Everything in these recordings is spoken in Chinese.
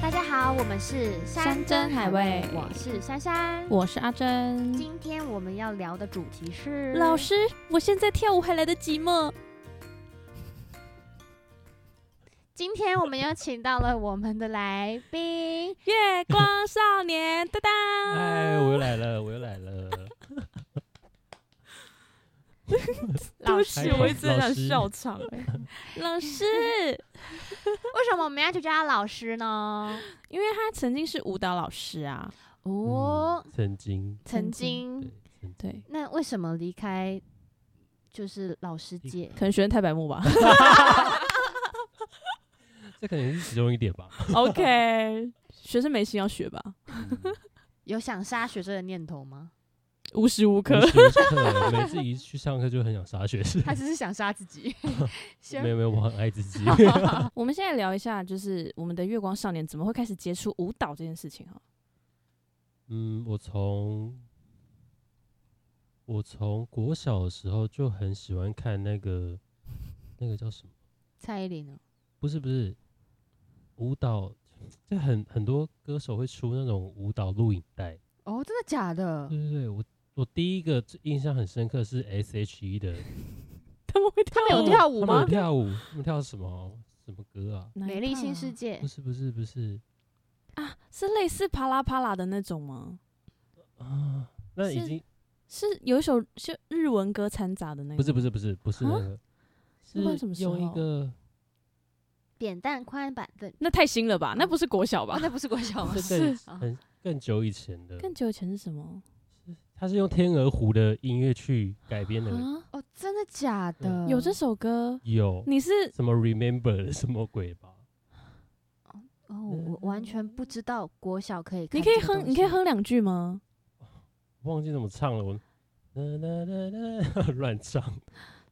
大家好，我们是山珍海味我是珊珊。我是阿珍。今天我们要聊的主题是老师，我现在跳舞还来得及吗？今天我们又请到了我们的来宾，月光少年，哒哎，哒。我又来了，我又来了。对老不师。起，还有我一直很老想师笑场哎、老师，为什么我们要就叫他老师呢？因为他曾经是舞蹈老师啊，哦，嗯曾经，曾曾经经对，曾经对，那为什么离开就是老师界？可能学生太白目吧。这可能是其中一点吧。 OK，学生没心要学吧，有想杀学生的念头 吗？无时无刻可可每次一去上课就很想杀学生。他只是想杀自 己。先没有没有，我很爱自己。我们现在聊一下，就是我们的月光少年怎么会开始接触舞蹈这件事情啊哈？嗯，我从我从国小的时候就很喜欢看那个那个叫什么？蔡依林哦呢？不是不是，舞蹈，就很很多歌手会出那种舞蹈录影带。哦，真的假的对？对对，我我第一个印象很深刻是 S.H.E 的他们会跳他们有舞跳舞哦他吗们有跳舞，他们跳什么什么歌啊？哪一美丽段新啊世界不是不是不是啊，是类似啪啦啪啦的那种吗？啊，那已是经是有一首是日文歌掺杂的那个？不是不是不是不是那个，啊那不然什么是时候用一个扁担宽板凳。那太新了吧？嗯啊那不是国小吧哦，？那不是国 小吗？这更啊很更久以前的，更久以前是什么它是用天鹅湖的音乐去改编的，啊？哦，真的假的？有这首歌？有你是什么 Remember 的什么鬼吧？哦，我我完全不知道国小可以看你这可个以东西。哼，你可以哼两句吗？忘记怎么唱了，我啦啦啦 啦乱唱。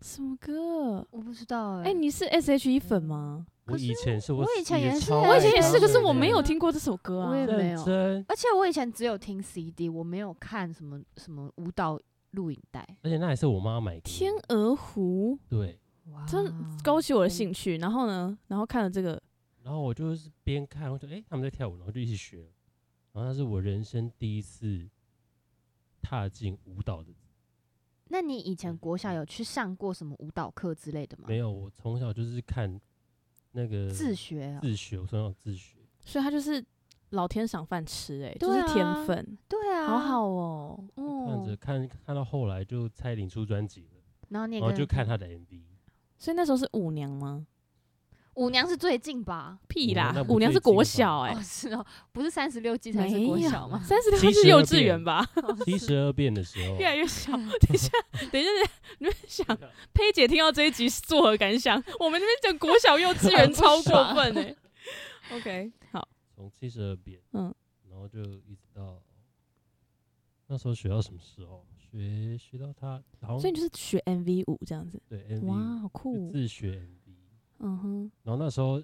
什么歌？我不知道哎、哎，你是 S.H.E 粉吗？我以前是我以前也是超我我以以爱前也唱是，可是的我没有耶听过这首歌我也啊。没有认真，而且我以前只有听 CD，我没有看什么什么舞蹈录影带。而且那还是我妈买给我天鹅湖对，哇真的啊勾起我的兴趣，然后呢，然后看了这个，然后我就是边看，我就哎、诶他们在跳舞，然后就一起学。然后那是我人生第一次踏进舞蹈的，那你以前国小有去上过什么舞蹈课之类的吗？没有，我从小就是看那个自学哦啊、自学，我从小自学。所以他就是老天赏饭吃，哎，就对是啊天分，对啊，好好哦。看着哦。看看到后来就蔡依林出专辑了，然后你也然哦后跟着就看嗯跳她的 MV。所以那时候是舞娘吗？舞娘是最近吧？屁舞娘啦那，不舞娘是最近国吧小哎哦，，是哦，不是三十六计才是国小吗？三十六是72幼稚遍园吧？七十二变的时 候，哦越来越小。等 一下，等一下，你们想佩姐听到这一集是作何感 想？我们这边讲国小幼稚园超过分哎、OK，好，从七十二变， 嗯嗯，然后就一直到那时候学到什么时候？学学到她，然后所以你就是学 MV 舞这样子，对 MV，哇，好就酷哦，自学 MV。嗯哼，然后那时候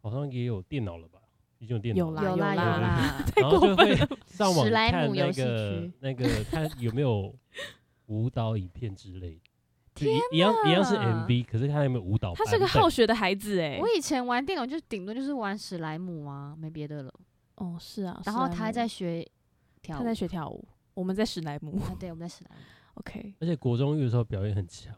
好像也有电脑了吧？已经有电脑有啦有啦有啦啦，然后就会 上网史莱姆看游那戏个区那个看有没有舞蹈影片之类的，就天一一样一样是哪 MV，可是看有没有舞蹈版他本。是个好学的孩子哎、我以前玩电脑就顶多就是玩史莱姆啊，没别的了。哦，是啊，然史后莱他还姆在学跳他舞，在学跳舞，我们在史莱姆 啊，对，我们在史莱姆。 ，OK，而且国中乐的时候表演很强，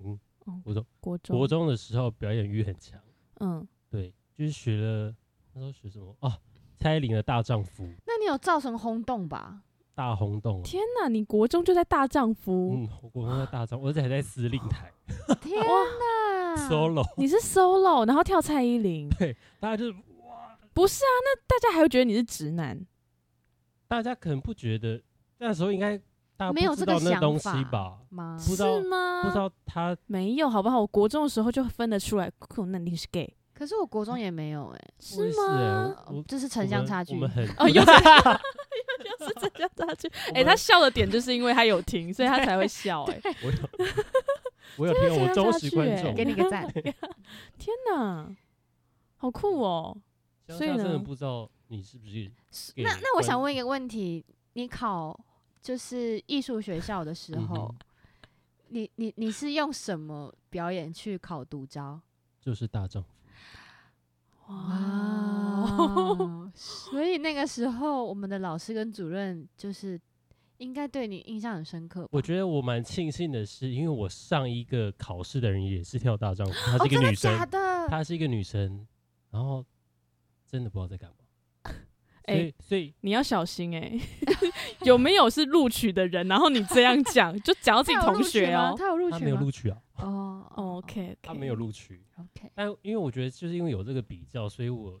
嗯，嗯国中国中，国，中的时候表演欲很强，嗯，对，就是学了那时候学什么哦，蔡依林的《大丈夫》那你有造成轰动吧？大轰动啊，天哪，你国中就在大丈夫，嗯，我国中的大丈夫，而且还在司令台天哪！ solo，你是 solo，然后跳蔡依林，大家就是不是啊？那大家还会觉得你是直男，大家可能不觉得，那时候应该大家没有不知这个道那想东西法啊吧？吗？不知道是吗？不知道他没有，好不好？我国中的时候就分得出来，酷，那你是 gay 可是我国中也没有哎、我也是吗？ 欸哦我这是城乡差距我。们很哦， 有哎就是这样差距。我哎，们他笑的点就是因为他有听，所以他才会笑。哎，我有我有听真我的忠想实去观欸众，哎给你个 赞， 天哪，好酷哦！乡所以下真的呢不知道你是不是给那那我想观问一个问题：你考就是艺术学校的时嗯候，哼你你你是用什么表演去考独招？就是大丈夫，哇，哦， 所以那个时候我们的老师跟主任就是应该对你印象很深刻吧。我觉得我蛮庆幸的是，因为我上一个考试的人也是跳大丈夫，她哦，是一真个的女生，假的？她是一个女生，然后真的不知道在干嘛。 所哎以，所以 你要小心哎、 有没有是录取的人？然后你这样讲，就讲到自己他有同录取学吗哦。他有录她取没有吗？录取啊，哦哦哦 OK，她没有录取。 OK，但因为我觉得，就是因为有这个比较，所以我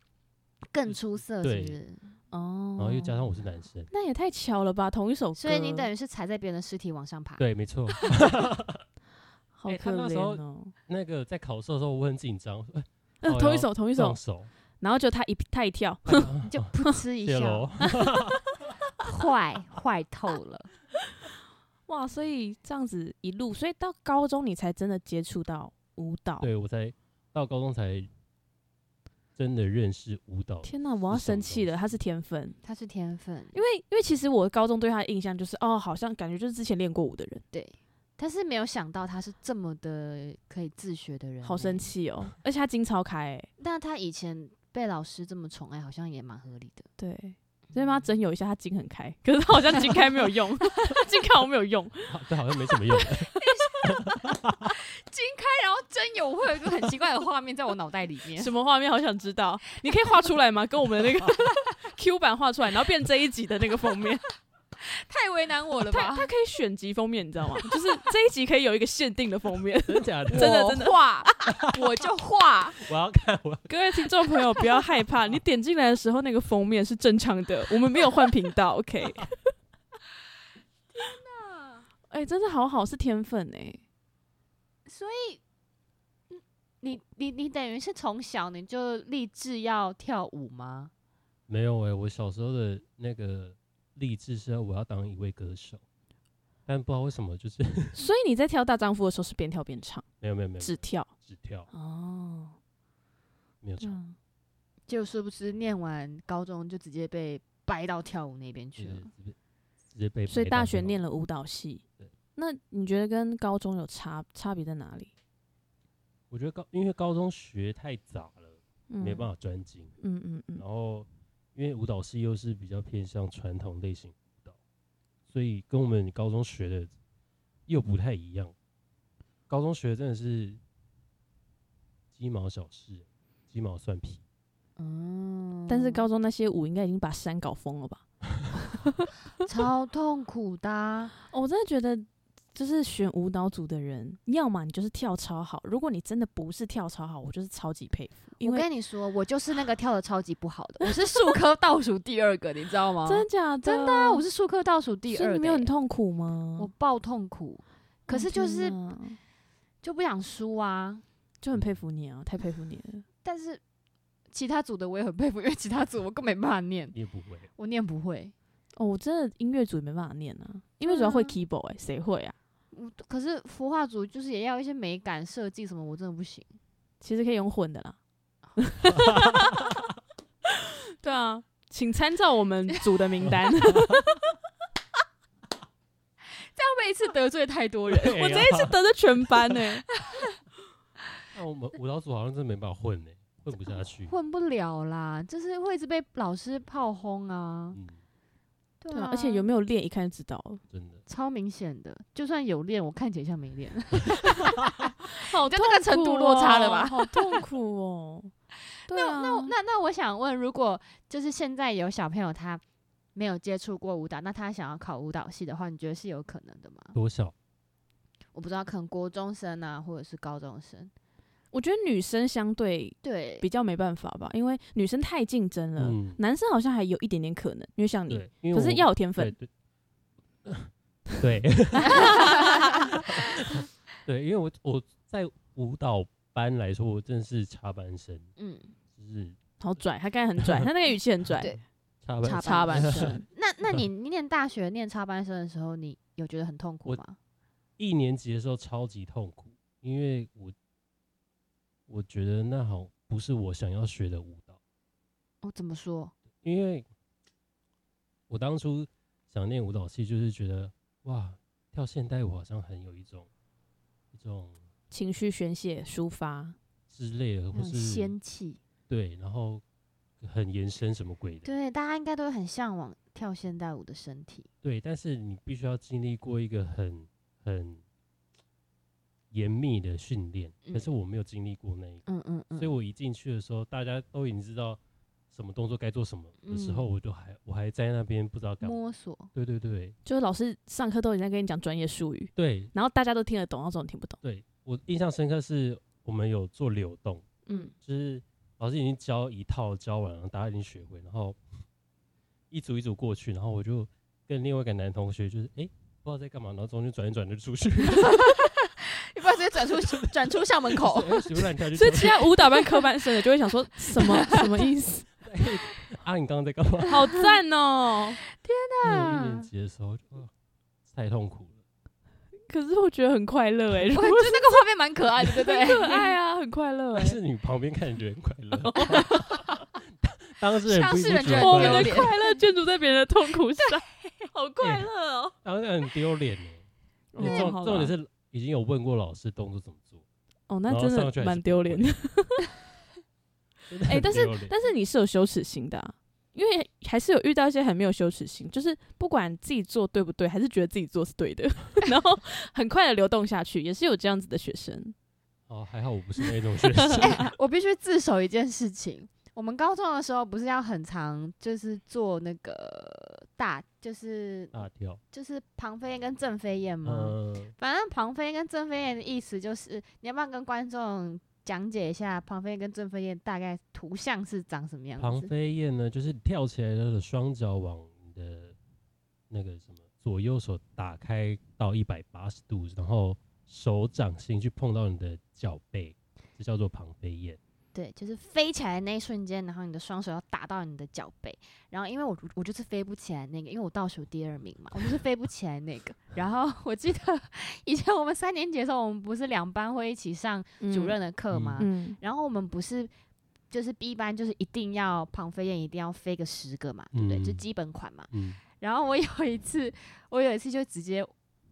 更出色是对不是？哦然，后又加上我是男生，那也太巧了吧，同一首歌，所以你等于是踩在别人的尸体往上爬。对，没错。好哎他可那怜时候哦。那个在考试的时候我很紧张，哎呃，哦同一要首，同一首放，手，然后就他一他一跳， 就噗嗤一谢笑喽，。 坏坏透了。哇！所以这样子一路，所以到高中你才真的接触到舞蹈。对我才到高中才真的认识舞蹈，天哪，我要是什么生气东了，他是天分。他是天分，因为因为其实我高中对他的印象就是，哦，好像感觉就是之前练过舞的人，对，但是没有想到他是这么的可以自学的人，好生。气哦！而且他筋超开、欸，但他以前被老师这么宠爱，好像也蛮合理的。对，所以帮他征友一下，他筋很开，可是他好像筋开没有用， 他筋开我没有 用，啊这好像没什么用。惊开，然后真有会有一个很奇怪的画面在我脑袋里 面。什么画面好想知道，你可以画出来吗？跟我们的那 个 Q 版画出来，然后变这一集的那个封 面。太为难我了 他他？可以选集封面，你知道吗？就是这一集可以有一个限定的封 面。真的假的？ 真的真的画， 我就 画。我要看，我要各位听众朋友，不要害怕，你点进来的时候那个封面是正常的，我们没有换频 道。OK。哎、真的好好，是天分哎、所以，嗯你你你等于是从小你就立志要跳舞吗？没有哎、我小时候的那个励志是我要当一位歌手，但不知道为什么就是 所以你在跳大丈夫的时候是边跳边唱，没有没有没有只跳只跳哦。没有唱，嗯，就是不是念完高中就直接被掰到跳舞那边就去是了？直接直接被啊所以埋大到学最后念了舞蹈系对，那你觉得跟高中有差差别在哪里？我觉得高因为高中学太杂了，嗯没办法专精，嗯嗯嗯然，后因为舞蹈系又是比较偏向传统类型舞蹈，所以跟我们高中学的又不太一样。高中学的真的是鸡毛小事，鸡毛蒜皮。嗯，但是高中那些舞应该已经把山搞疯了吧？嗯超痛苦的啊、哦我真的觉得，就是选舞蹈组的人，要么你就是跳超好，如果你真的不是跳超好，我就是超级佩服， 因我为跟你说，我就是那个跳的超级不好的，我是数科倒数第二个，你知道吗？ 真的假的真的啊、我是数科倒数第所以二的、欸你没有很，痛苦吗？哦我爆痛苦，可是就是天哪就不想输啊。就很佩服你啊，太佩服你了。但是其他组的我也很佩服，因为其他组我根本没办法念，你也不会，，我念不会。哦，我真的音乐组也没办法念啊，音乐组要会 keyboard 哎、谁会啊？可是服化组就是也要一些美感设计什么，我真的不行。其实可以用混的 啦。对啊，请参照我们组的名 单。哎这样每次得罪太多人 对我这啊一次得罪全班欸呢、那我们舞蹈组好像真的没办法混呢、混不哦下 去。混不了啦，就是会一直被老师炮轰啊。嗯，对 对啊，而且有没有练一看就知道了。真的。超明显的，就算有练，我看起来像没练。 好你知痛道哦那个程度落差了吧 苦哦好痛苦 哦。对啊，那我那那我想问，如果就是现在有小朋友他没有接触过舞蹈，那他想要考舞蹈系的话，你觉得是有可能的吗？多少？我不知道，可能国中生啊，或者是高中生，我觉得女生相对对比较没办法吧，因为女生太竞争了。嗯男生好像还有一点点可能，因为像你，对，因为可是我要有天对分。对对 对，因为我我在舞蹈班来说，我真的是插班生， 嗯，就是好拽，他刚才很拽， 他那个语气很拽。对插班插插班班生生， 那那你你念大学念插班生的时候，你有觉得很痛苦我吗？ 一年级的时候超级痛苦，因为我我觉得那好不是我想要学的舞蹈，哦，怎么说？因为我当初想念舞蹈系，就是觉得哇，跳现代舞好像很有一种一种情绪宣泄、抒发，之类的，或很是仙气，对，然后很延伸什么鬼的。对，大家应该都会很向往跳现代舞的身体。对，但是你必须要经历过一个很很严密的训练，可是嗯我没有经历过那一个，嗯嗯嗯，所以我一进去的时候，大家都已经知道什么动作该做什么的时候，嗯我就还我还在那边不知道干嘛。摸索。 对对对就是老师上课都已经在跟你讲专业术语，对然后大家都听得懂，然后总听不 懂。对，我印象深刻是我们有做流动，嗯，就是老师已经教一套教完了，大家已经学会，然后一组一组过去，然后我就跟另外一个男同学就是哎、诶不知道在干嘛，然后中间转一转就出去，你不要直接转出 转出校门口。就是诶哎随便乱跳就所以出其去。他舞蹈班科班生的就会想 说什么什么意思？啊，你刚刚在干嘛？好赞哦！那我一年级的时候就、哦太痛苦了。可是我觉得很快乐哎，如我果觉得那个画面蛮可爱的，对不对？可爱啊，很快乐哎但。是你旁边看觉得很 快乐，当事人不一定觉得我当快事人们觉的乐，得快乐建筑在别人的痛苦上，好快乐哦！当事人很丢脸呢。哦重好啦重点是已经有问过老师动作怎么做，哦，那然后真上去的还蛮是丢不脸会的。 真的哎、很但是丢脸但是你是有羞耻心的、啊，因为还是有遇到一些很没有羞耻心，就是不管自己做对不对，还是觉得自己做是对 的，然后很快的流动下去，也是有这样子的学生。哦，还好我不是那 种学生，哎哎我必须自首一件事情。我们高中的时候不是要很常就是做那个大，就是大啊跳，就是庞飞燕跟郑飞燕吗？嗯，反正庞飞燕跟郑飞燕的意思就是，你要不要跟观众讲解一下庞飞燕跟郑飞燕大概图像是长什么样庞子？飞燕呢，就是跳起来的双脚往你的那个什么左右手打开到一百八十度，然后手掌心去碰到你的脚背，这叫做庞飞燕。对，就是飞起来的那一瞬间，然后你的双手要打到你的脚背，然后因为我我就是飞不起来那个，因为我倒数第二名嘛，我就是飞不起来那个。然后我记得以前我们三年级的时候，我们不是两班会一起上主任，的课嗯吗？嗯，。然后我们不是就是 B 班，就是一定要庞飞燕一定要飞个十个嘛，对不对？就嗯基本款嘛。嗯，然后我有一次，我有一次就直接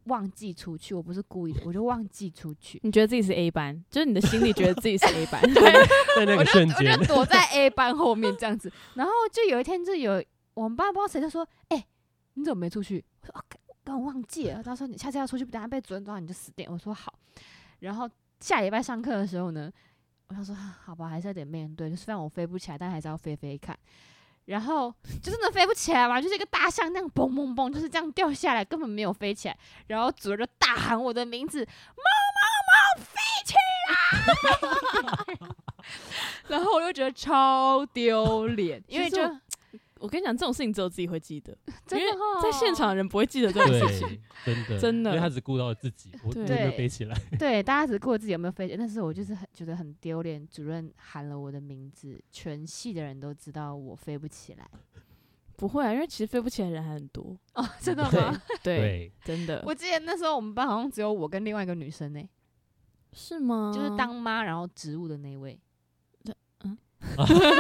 忘记出去，我不是故意的，我就忘记出去你觉得自己是 A 班，就是你的心里觉得自己是 A 班， 在那我个就瞬我间就，躲在 A 班后面这样子，然后就有一天就有我们班不知道谁就说：“哎、你怎么没出去？”我说：“哦，干刚我忘记了。”他说：“你下次要出去，等下被主任抓到你就死定。”我说：“好。”然后下礼拜上课的时候呢，我想说：“啊好吧，还是要得面对，就虽然我飞不起来，但还是要飞飞看。”然后就真的飞不起来嘛，就是一个大象那样嘣嘣嘣，就是这样掉下来，根本没有飞起来。然后主任就大喊我的名字：“猫猫猫，飞起来！”然后我就觉得超丢脸，因为 其就实我跟你讲，这种事情只有自己会记得，真的、哦、在现场的人不会记得这种 事情。对，真的真的因为他只顾到了自己，我我有没对有背起来？对，大家只顾自己有没有飞机，但是我就是很觉得很丢脸。主任喊了我的名字，全系的人都知道我飞不起来。不会啊，因为其实飞不起来的人还很多。哦， 真的对吗？对，对，真的，我记得那时候我们班好像只有我跟另外一个女生呢、是吗？就是当妈然后植物的那一位。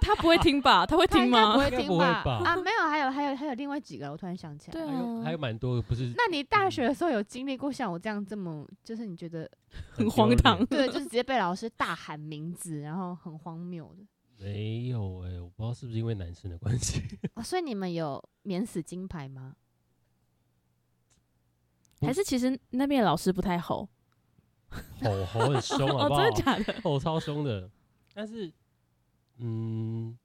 他不会听吧？他会她啊应听该不吗？会应该听不会吧啊，没有，还有还有还有另外几个，我突然想起来。对还有还有啊，蛮多的不是那你大嗯学的时候有经历过像我这样这么，就是你觉得 很丢荒脸唐。对，就是直接被老师大喊名字，然后很荒谬的。没有哎、我不知道是不是因为男生的关系，哦，所以你们有免死金牌吗？还是其实那边的老师不太吼吼吼很凶，好不哦，好？真的假 的？吼超凶的。但是，嗯，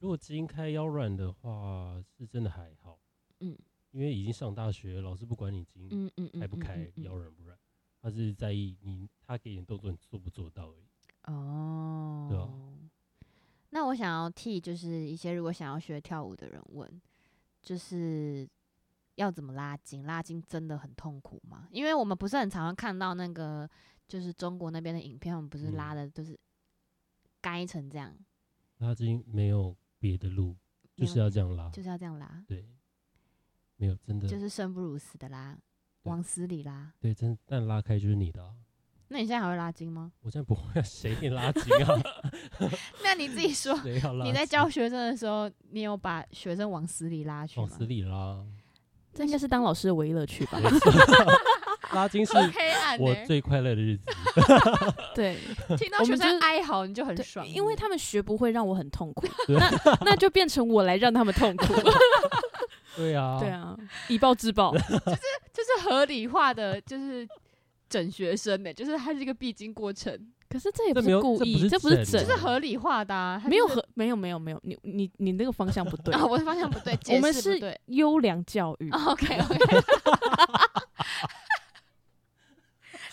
如果筋开腰软的话，是真的还好。嗯，因为已经上大学，老师不管你筋嗯嗯嗯，开不嗯开嗯、嗯腰软不软，他是在意你他给你的动作你做不做到而已。哦，对啊那我想要替就是一些如果想要学跳舞的人问，就是要怎么拉筋？拉筋真的很痛苦吗？因为我们不是很常常看到那个就是中国那边的影片，我们不是嗯拉的就是该成这样，拉筋没有别的路，没就有是要这样拉。就是要这样拉，对，没有真的，就是生不如死的拉，对往死里拉。对，真的但拉开就是你的啊、那你现在还会拉筋吗？我现在不会啊，谁给你拉筋啊？ ，那你自己说谁要拉筋？你在教学生的时候，你有把学生往死里拉去往吗 死里拉， 这应该是当老师的唯一乐趣吧？拉筋是 黑暗烂我欸最快乐的日子。 对， 听到我学生们就是哀嚎你就很对爽，因为他们学不会让我很痛 苦，对那那就变成我来让他们痛 苦。啊对啊， 对，啊，以暴制暴。就是合理化的，就是整学生呢、欸就是它是一个必经过程，可是这也这不没是有故这不意，是这不是整整就，是合理化的、啊，它没有就是和没有没有没有，你你你那个方向不 对。啊，我的方向不对，哦解我们释不 是对优良教育， OK OK。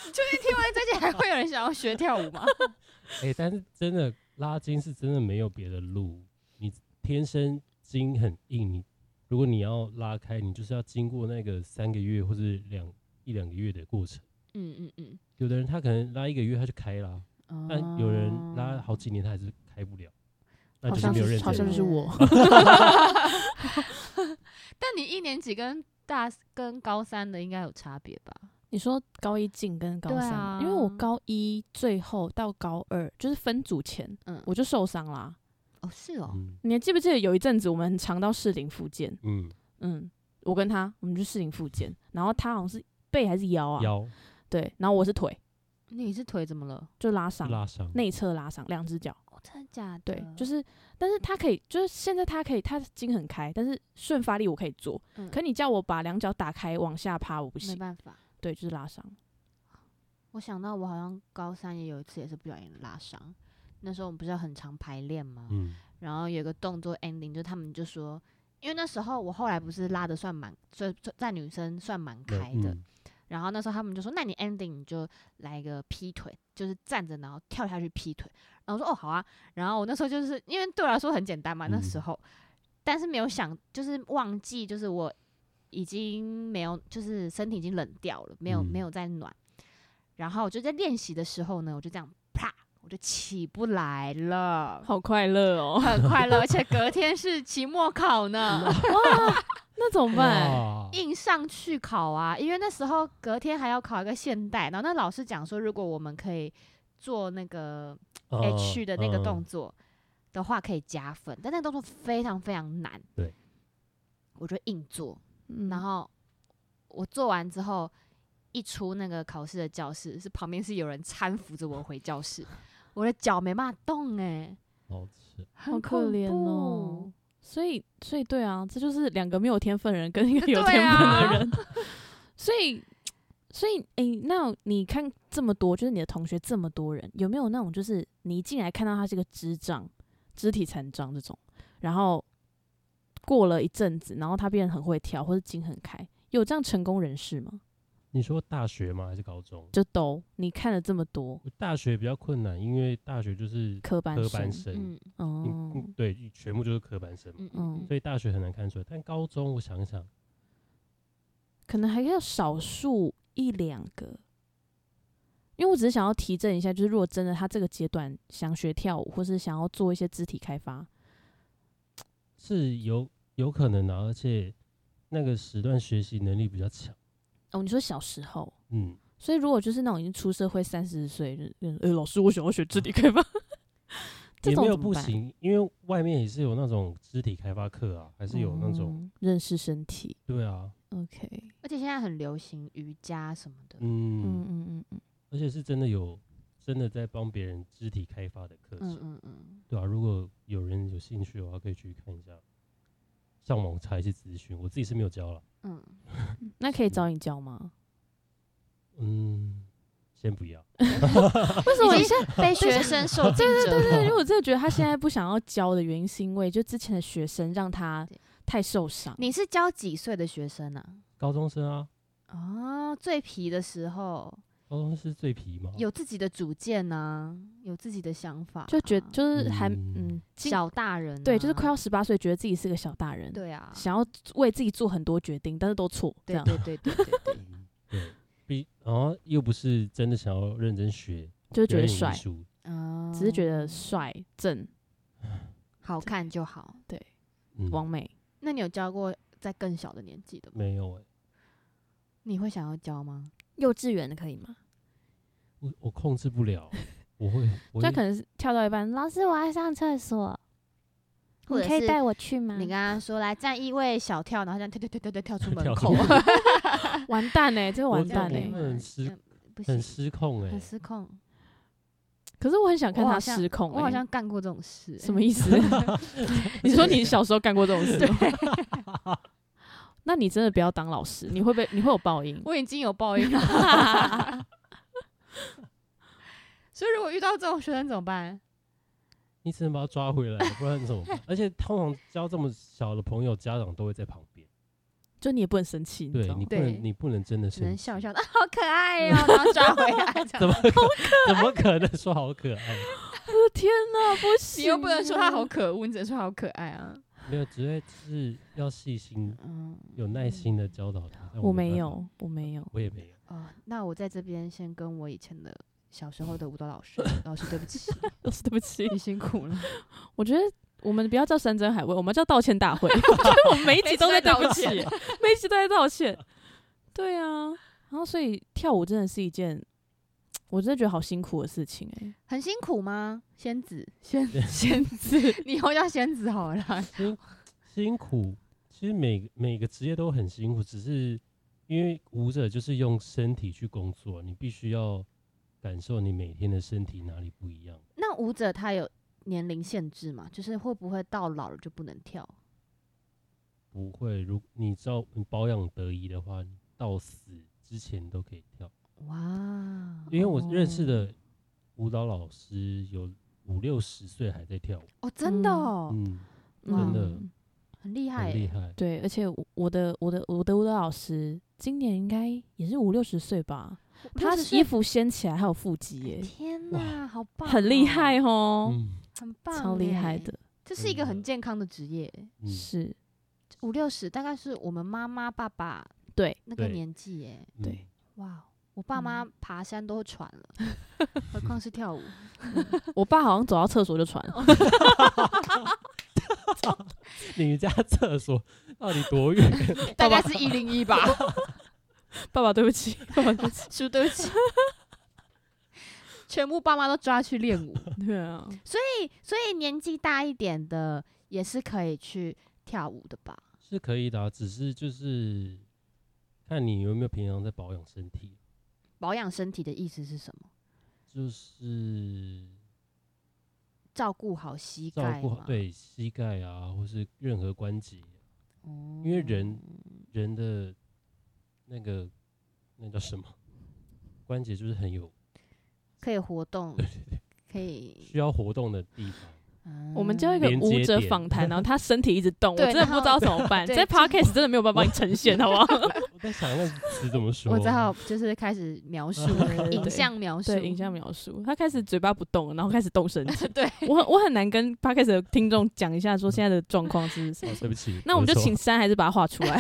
你确定听完这集还会有人想要学跳舞吗？哎、但是真的拉筋是真的没有别的路，你天生筋很硬，你如果你要拉开，你就是要经过那个三个月或者两一两个月的过程。 嗯嗯嗯， 哦有的人他可能拉一个月他就开啦，但呃有人拉哦好几年他还是开不了，那好就是像没有是认好像真。是我， 但你一年级跟大跟高三的应该有差别吧？你说高一进跟高对三啊吗，因为我高一最后到高二就是分组前，嗯，我就受伤啦。哦是哦，嗯你还记不记得有一阵子我们很常到士林附健？嗯，嗯，我跟他我们去士林附健，然后他好像是背还是腰啊？腰对，然后我是腿你是腿怎么了？就拉伤，拉伤，内侧拉伤，两只脚。哦，真的假的？对，就是，但是他可以，就是现在他可以，他筋很开，但是顺发力我可以做，嗯可你叫我把两脚打开往下趴，我不没行。办法。对，就是拉伤。我想到我好像高三也有一次也是不小心拉伤，那时候我们不是要很常排练吗？嗯，然后有一个动作 ending，就他们就说，因为那时候我后来不是拉的算蛮，所以在女生算蛮那开的。嗯然后那时候他们就说，那你 ending 你就来一个劈腿，就是站着然后跳下去劈腿。然后我说哦好啊。然后我那时候就是因为对我来说很简单嘛，那嗯时候，但是没有想就是忘记，就是我已经没有就是身体已经冷掉了，没有、没嗯有再暖。然后我就在练习的时候呢，我就这样啪，我就起不来了。 好快乐哦！很快乐，而且隔天是期末考呢， 那怎么办？哇硬上去考啊！因为那时候隔天还要考一个现代，然后那老师讲说，如果我们可以做那个哦 H 的那嗯个动，作的话，可以加分，但那个动作非常非常难。对，我就硬做，嗯然后我做完之后，一出那个考试的教室，是旁边是有人搀扶着我回教室，我的脚没办法动哎、嗯好吃，很可恐怜怖哦。所以，所以对啊，这就是两个没有天分的人跟一个有对天分啊的人。 所以，所以，诶，那你看这么多，就是你的同学这么多人，有没有那种就是你一进来看到他是个智障、肢体残障这种，然后过了一阵子，然后他变得很会跳或者筋很开，有这样成功人士吗？你说大学吗？还是高中？就都你看了这么多我大学比较困难，因为大学就是科班科生班，生，嗯哦嗯，嗯对，全部就是科班生嘛，嗯嗯嗯所以大学很难看出来。但高中我想一想，可能还要少数一两个。因为我只是想要提振一下，就是如果真的他这个阶段想学跳舞，或是想要做一些肢体开发，是有有可能的、啊而且那个时段学习能力比较强。哦，你说小时候，嗯，所以如果就是那种已经出社会三十岁，就是嗯诶老师，我想要学肢体开发， 这也种没有怎么不办，行，因为外面也是有那种肢体开发课啊，还是有那种、嗯认识身体。对啊， OK，而且现在很流行瑜伽什么的，嗯嗯，嗯嗯嗯，而且是真的有真的在帮别人肢体开发的课程，嗯嗯嗯，对啊，如果有人有兴趣的话，可以去看一下，上网查一些资讯。我自己是没有教了，嗯，那可以找你教吗？嗯，先不要。为什么已你经 被学生受竞争对，因 为我真的觉得他现在不想要教的原因，是因为就之前的学生让他对太受伤。你是教几岁的学生啊？高中生啊，哦，最皮的时候高中是最皮吗？有自己的主见呢、有自己的想法啊、就觉就是还嗯嗯，经小大人啊、对，就是快要十八岁，觉得自己是个小大人，对啊，想要为自己做很多决定，但是都错，这对样对对对对 对，嗯对，比然后又不是真的想要认真学就是觉表得演艺帅，术，嗯，只是觉得帅、正、好看就好。嗯，完美。那你有教过在更小的年纪的吗？没有哎、你会想要教吗？幼稚园的可以吗？我我控制不了，我会，我就会可能是跳到一半，老师我要上厕所，或你者可以是带我去吗？你跟他说来站一位小跳，然后这样跳跳跳跳跳跳出门跳出口，门完蛋呢、这个我完这蛋样欸蛋呢、我会很吃嗯不很行，失控哎、很失控。可是我很想看我他好像失控、欸，哎我好像干过这种事、欸什么意思？ 你说你小时候干过这种事吗？ 那你真的不要当老师，你会被你会有报 应。我已经有报应了。 所以如果遇到这种学生怎么办？你只能把他抓回来，不然怎么 办？而且通常交这么小的朋友，家长都会在旁边，就你也不能生气，你知对道你吗？不对能，你不能真的只能生气，笑一笑， 啊，好可爱哟、然后抓回来。这 怎样么可怎么可能说好可爱？我的天哪，不行！你又不能说他好，可恶，你只能说好可爱啊。没有，只会是要细心、嗯，有耐心的教导他。但我没没办法，有，我没 有。我也没有。哦，那我在这边先跟我以前的小时候的舞蹈老 师，老师对不起，老师，对不起，你辛苦了。嗯我觉得我们不要叫山珍海味，我们叫道歉大会。 我觉得我们每一集都在对不起，每 每一集都在道歉。对啊，然后所以跳舞真的是一件，我真的觉得好辛苦的事情哎、很辛苦吗？仙子， 仙仙子，你以后叫仙子好了啦。辛辛苦，其实每每个职业都很辛苦，只是因为舞者就是用身体去工作，你必须要感受你每天的身体哪里不一样。 那舞者他有年龄限制吗？就是会不会到老了就不能跳？不会，如你知道你保养得宜的话，你到死之前都可以跳。哇，因为我认识的舞蹈老师有五六十岁还在跳舞，哦，真的哦，嗯，哇真的很厉害很厉耶，害。嗯对，而且我我的我的我的舞蹈老师今年应该也是五六十岁吧，他50衣服掀起来还有腹肌耶、天哪，好棒，很欸厉害，哦，嗯，很棒，超厉害的，，这是一个真的很健康的职业，嗯是五六十大概是我们妈妈爸爸对那个对年纪耶，嗯对哇。哦我嗯爸妈爬山都会喘了，何况是 跳舞。我爸好像走到厕所就 传，你们家厕所到底多远？大概是一零一 吧，爸爸对不起， 爸爸对不起，是不是对不起， 全部爸妈都抓去练舞。 对啊，嗯所以年纪大一点的也是可以去跳舞的吧？是可以的、啊，只是就是看你有没有平常在保养身体，保养身体的意思是什么？就是照顾好膝照盖顾嘛好，对膝盖啊，或是任何关节，哦因为人人的那个那叫什么关节，就是很有可以活动，可以需。要活动的地方。我们叫嗯一个连舞接者点访谈， 然后他身体一直动，我对真的不知道怎么 办，对在就 podcast 真的没有办法帮你呈现，好不 好？我在想那个词怎么说，哦我只好就是开始描 述对影像描述，，对，影像描述，他开始嘴巴不动了，然后开始动身体 对，我很我很难跟 podcast 的听众讲一下说现在的状况是什么哦。对 不起，那我们就的手请珊还是把它画出来，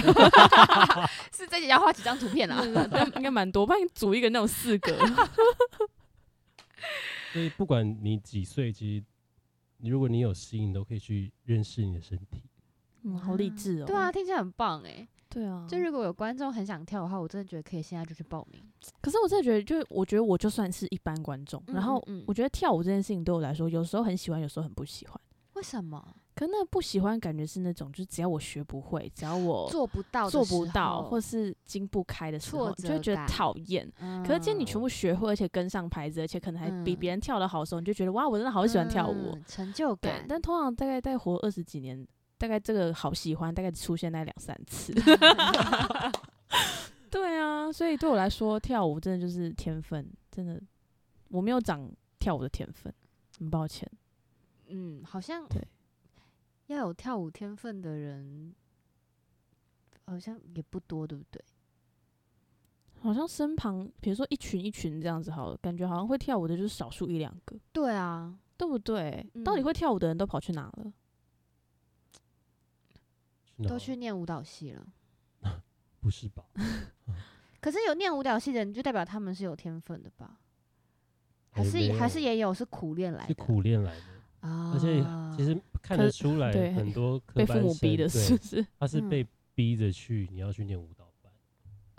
是这己要画几张图片 啦。 但应该蛮多，不然组一个那种四格。所以不管你几岁，其实你如果你有心，你都可以去认识你的身体。嗯，好励志哦。对啊，，听起来很棒哎。对啊，就如果有观众很想跳的话，我真的觉得可以现在就去报名。可是我真的觉得，就是我觉得我就算是一般观众，嗯然后嗯嗯我觉得跳舞这件事情对我来说，有时候很喜欢，有时候很不喜欢。为什么可那不喜欢感觉是那种，就是只要我学不会，只要我做不到的时做候？不到，或是经不开的时候，挫你就会折觉得感讨厌。嗯可是今天你全部学会，而且跟上拍子，而且可能还比嗯别人跳的好的时候，你就觉得哇，我真的好喜欢跳舞哦。嗯成就对感，。但通常大概再活二十几年，大概这个好喜欢大概只出现在两三 次。 对啊，所以对我来说，跳舞真的就是天分，真的我没有长跳舞的天分，很抱歉。嗯，好像对要有跳舞天分的人，好像也不多，对不对？好像身旁，比如说一群一群这样子，好了，感觉好像会跳舞的就是少数一两个，对啊，对不对？到底嗯会跳舞的人都跑去哪了？去哪都去念舞蹈系了。不是吧？可是有念舞蹈系的人，就代表他们是有天分的吧？还哎是、没还有是也有是苦练来是的？苦练来的，啊！而且其实看可得出来对很多科被父班母逼的，生对是不是？ 他是嗯被逼着去，你要去念舞蹈班，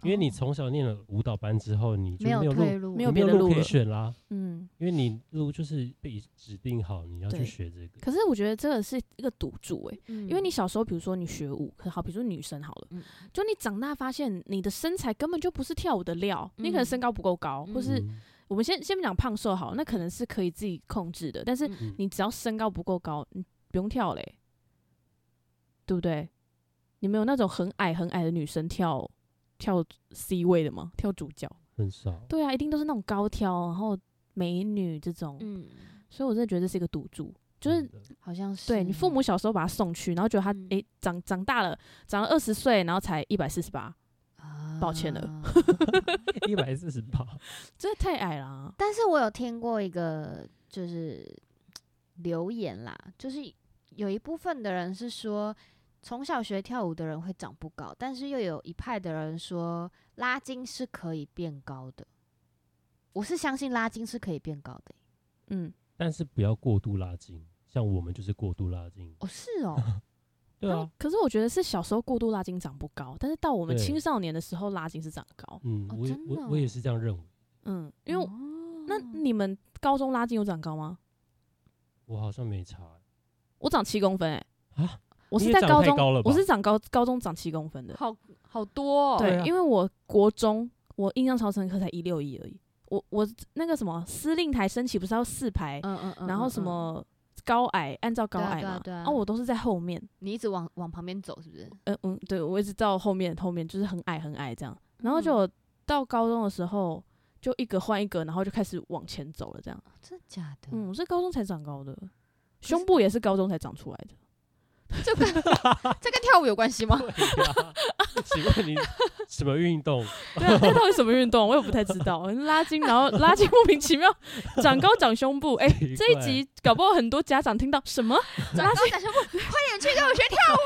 因为你从小念了舞蹈班之后，你就没没有路退，路，哦没你有没有别的路路可以了选啦，嗯，因为你路就是被指定好你要去对学这个。可是我觉得这个是一个赌注诶、嗯，因为你小时候比如说你学舞，可好，比如说女生好了，嗯就你长大发现你的身材根本就不是跳舞的料，你可能嗯身高不够高，或是嗯我们先先不讲胖瘦好，那可能是可以自己控制的，但是嗯你只要身高不够高，你不用跳嘞、对不对？你们有那种很矮很矮的女生跳跳 C 位的吗？跳主角？很少，对啊，一定都是那种高挑，然后美女这种，嗯，所以我真的觉得这是一个赌注，就是真的好像是对你父母小时候把他送去，然后觉得他嗯诶、长长大了，长了二十岁，然后才一百四十八，抱歉了 啊一百四十八，真的太矮了啊、但是我有听过一个就是留言啦，就是有一部分的人是说，从小学跳舞的人会长不高，但是又有一派的人说拉筋是可以变高的。我是相信拉筋是可以变高的欸、嗯，但是不要过度拉筋，像我们就是过度拉筋。哦，是 哦，对啊，可是我觉得是小时候过度拉筋长不高，但是到我们对青少年的时候拉筋是长得高，嗯，哦我也真的我我也哦是这样认为，嗯，因为、哦那你们高中拉筋有长高吗？我好像没查 欸我长七公分哎、啊，我你是也在长高太中，高了吧我是长高高中长七公分的，好好多、哦，对，对啊因为我国中我印象超深刻，才一六一而已。我我那个什么司令台升旗不是要四排，嗯嗯嗯，然后嗯什嗯么高矮按照高对啊矮对嘛，啊对啊然后我都是在后面，你一直往往旁边走，是不是？嗯嗯，对我一直到后面后面就是很矮很矮这样，嗯然后就到高中的时候就一个换一个，然后就开始往前走了这样。真的假的？嗯，我是高中才长高的，胸部也是高中才长出来的。这 跟这跟跳舞有关 系吗？对啊 请问你什么运动？对啊，那到底什么运动？我也不太知道。拉筋，然后拉筋莫名其妙长高长胸部，哎、奇这一怪集搞不好很多家长听到什么 长高长胸部，快点去跟我学跳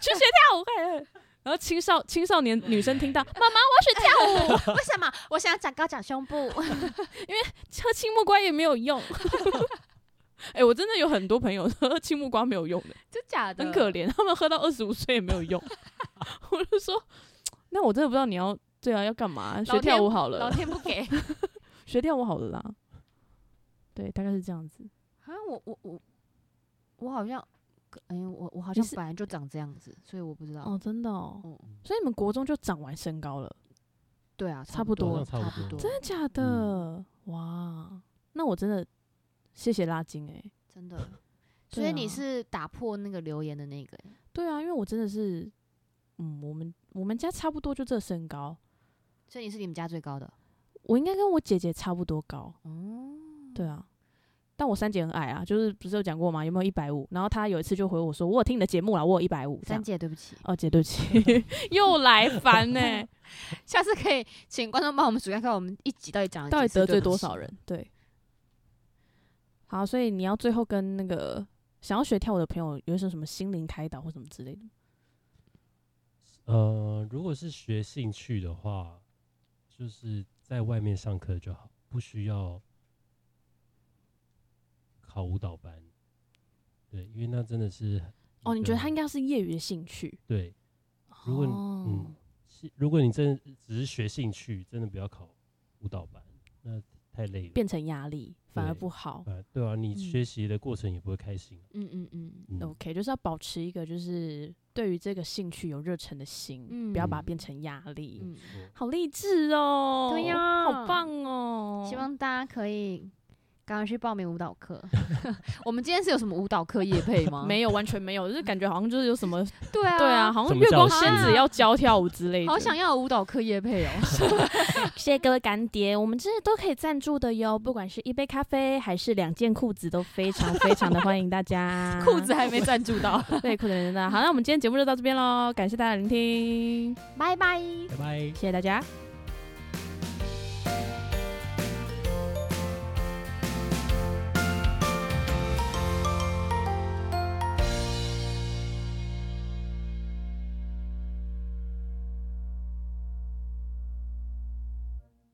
去学跳舞，快点！然后青少青少年女生听到啊妈妈我要学跳舞，舞，为什么？我想长高长胸 部。喝青木瓜也没有用。 哎、我真的有很多朋友喝青木瓜没有用的，真假的？很可怜，他们喝到二十五岁也没有用。 我就说，那我真的不知道你要对啊要干嘛，学老天跳舞好老了，天不 给学跳舞好了啦。对，大概是这样子。啊！我我我我好像，哎、我我好你像是本来就长这样子，所以我不知道。哦，真的哦，嗯所以你们国中就长完身高了，对啊，差不多多好像，差差不不多多，真的假的？哇，那我真的谢谢拉筋哎、真的。啊所以你是打破那个留言的那个、欸对啊，因为我真的是，嗯，我们我们家差不多就这身高，所以你是你们家最高的。我应该跟我姐姐差不多高，哦，对啊。但我三姐很矮啊，就是不是有讲过吗？有没有一百五？然后她有一次就回我说：“我有听你的节目啦，我有一百五。”这三样。姐，对不起， 哦，姐，对不起， 又来烦欸呢、下次可以请观众帮我们数一下，看我们一集到底讲了到底几次得罪对不多起少？人？对。好，所以你要最后跟那个想要学跳舞的朋友有一些什么心灵开导或什么之类的？呃，如果是学兴趣的话，就是在外面上课就好，不需要考舞蹈班。对，因为那真的是哦，你觉啊得他应该该是业余的兴趣？对？如果你哦、嗯是如果你真的只是学兴趣，真的不要考舞蹈班，那太累了。变成压力，反而对不好。啊，对啊，你嗯学习的过程也不会开心。啊嗯嗯嗯，嗯， OK，就是要保持一个就是对于这个兴趣有热忱的心，嗯不要把它变成压力。嗯没错好励志哦！对呀好棒哦！希望大家可以赶快去报名舞蹈 课。我们今天是有什么舞蹈课业配吗？没有，完全没有，就是感觉好像就是有什么 对啊，对啊，，好什像么月光教仙室子要教跳舞之类的。好想要有舞蹈课业 配哦。。谢谢各位干爹，我们这些都可以赞助的哟，不管是一杯咖啡还是两件裤子，都非常非常的欢迎大 家裤子还没赞助 到，对裤子真的好，那我们今天节目就到这边喽，感谢大家的聆听，拜拜。拜拜。谢谢大家。